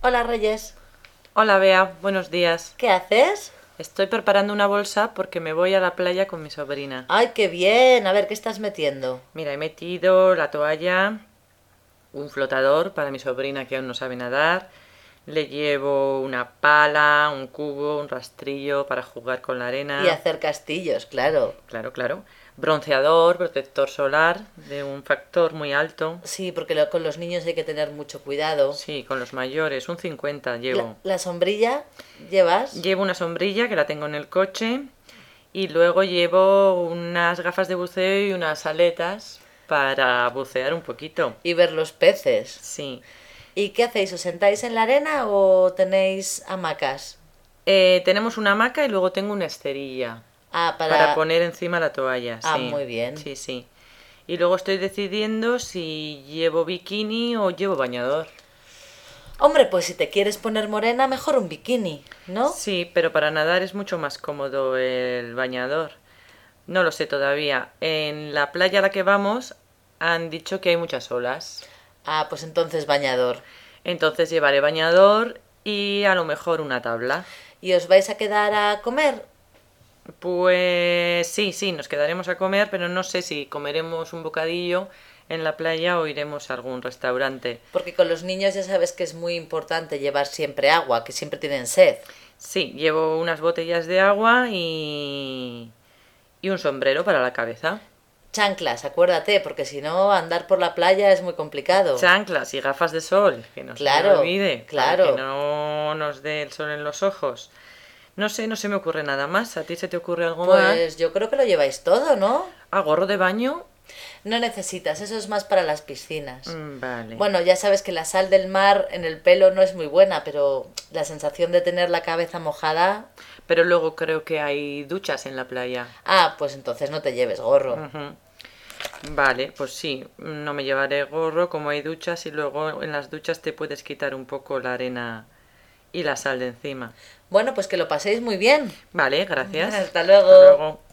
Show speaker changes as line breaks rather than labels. Hola Reyes,
Hola Bea, buenos días.
¿qué haces?
Estoy preparando una bolsa porque me voy a la playa con mi sobrina.
Ay, qué bien. A ver, ¿qué estás metiendo?
Mira, he metido la toalla, un flotador para mi sobrina que aún no sabe nadar. Le llevo una pala, un cubo, un rastrillo para jugar con la arena.
Y hacer castillos, claro.
Claro, claro. Bronceador, protector solar, de un factor muy alto.
Sí, porque lo- con los niños hay que tener mucho cuidado.
Sí, con los mayores, un 50 llevo.
La, la sombrilla llevas.
Llevo una sombrilla que la tengo en el coche y luego llevo unas gafas de buceo y unas aletas para bucear un poquito.
Y ver los peces.
Sí.
¿Y qué hacéis? ¿Os sentáis en la arena o tenéis hamacas?
Eh, tenemos una hamaca y luego tengo una esterilla
Ah, para...
para, poner encima la toalla.
Ah,
sí.
muy bien.
Sí, sí. Y luego estoy decidiendo si llevo bikini o llevo bañador.
Hombre, pues si te quieres poner morena, mejor un bikini, ¿no?
Sí, pero para nadar es mucho más cómodo el bañador. No lo sé todavía. En la playa a la que vamos han dicho que hay muchas olas.
Ah, pues entonces bañador.
Entonces llevaré bañador y a lo mejor una tabla.
¿Y os vais a quedar a comer?
Pues sí, sí, nos quedaremos a comer, pero no sé si comeremos un bocadillo en la playa o iremos a algún restaurante.
Porque con los niños ya sabes que es muy importante llevar siempre agua, que siempre tienen sed.
Sí, llevo unas botellas de agua y... y un sombrero para la cabeza.
Chanclas, acuérdate, porque si no andar por la playa es muy complicado.
Chanclas y gafas de sol, que no se me
Claro,
olvide, para
claro.
que no nos dé el sol en los ojos. No sé, no se me ocurre nada más. ¿A ti se te ocurre algo más?
pues yo creo que lo lleváis todo, ¿no?
¿A gorro de baño?
No necesitas, eso es más para las piscinas.
Mm, Vale.
Bueno, ya sabes que la sal del mar en el pelo no es muy buena, pero la sensación de tener la cabeza mojada...
Pero luego creo que hay duchas en la playa.
Ah, pues entonces no te lleves gorro.
Ujú. Vale, pues sí, no me llevaré gorro como hay duchas y luego en las duchas te puedes quitar un poco la arena y la sal de encima.
Bueno, pues que lo paséis muy bien.
Vale, gracias.
Hasta luego.
Hasta luego.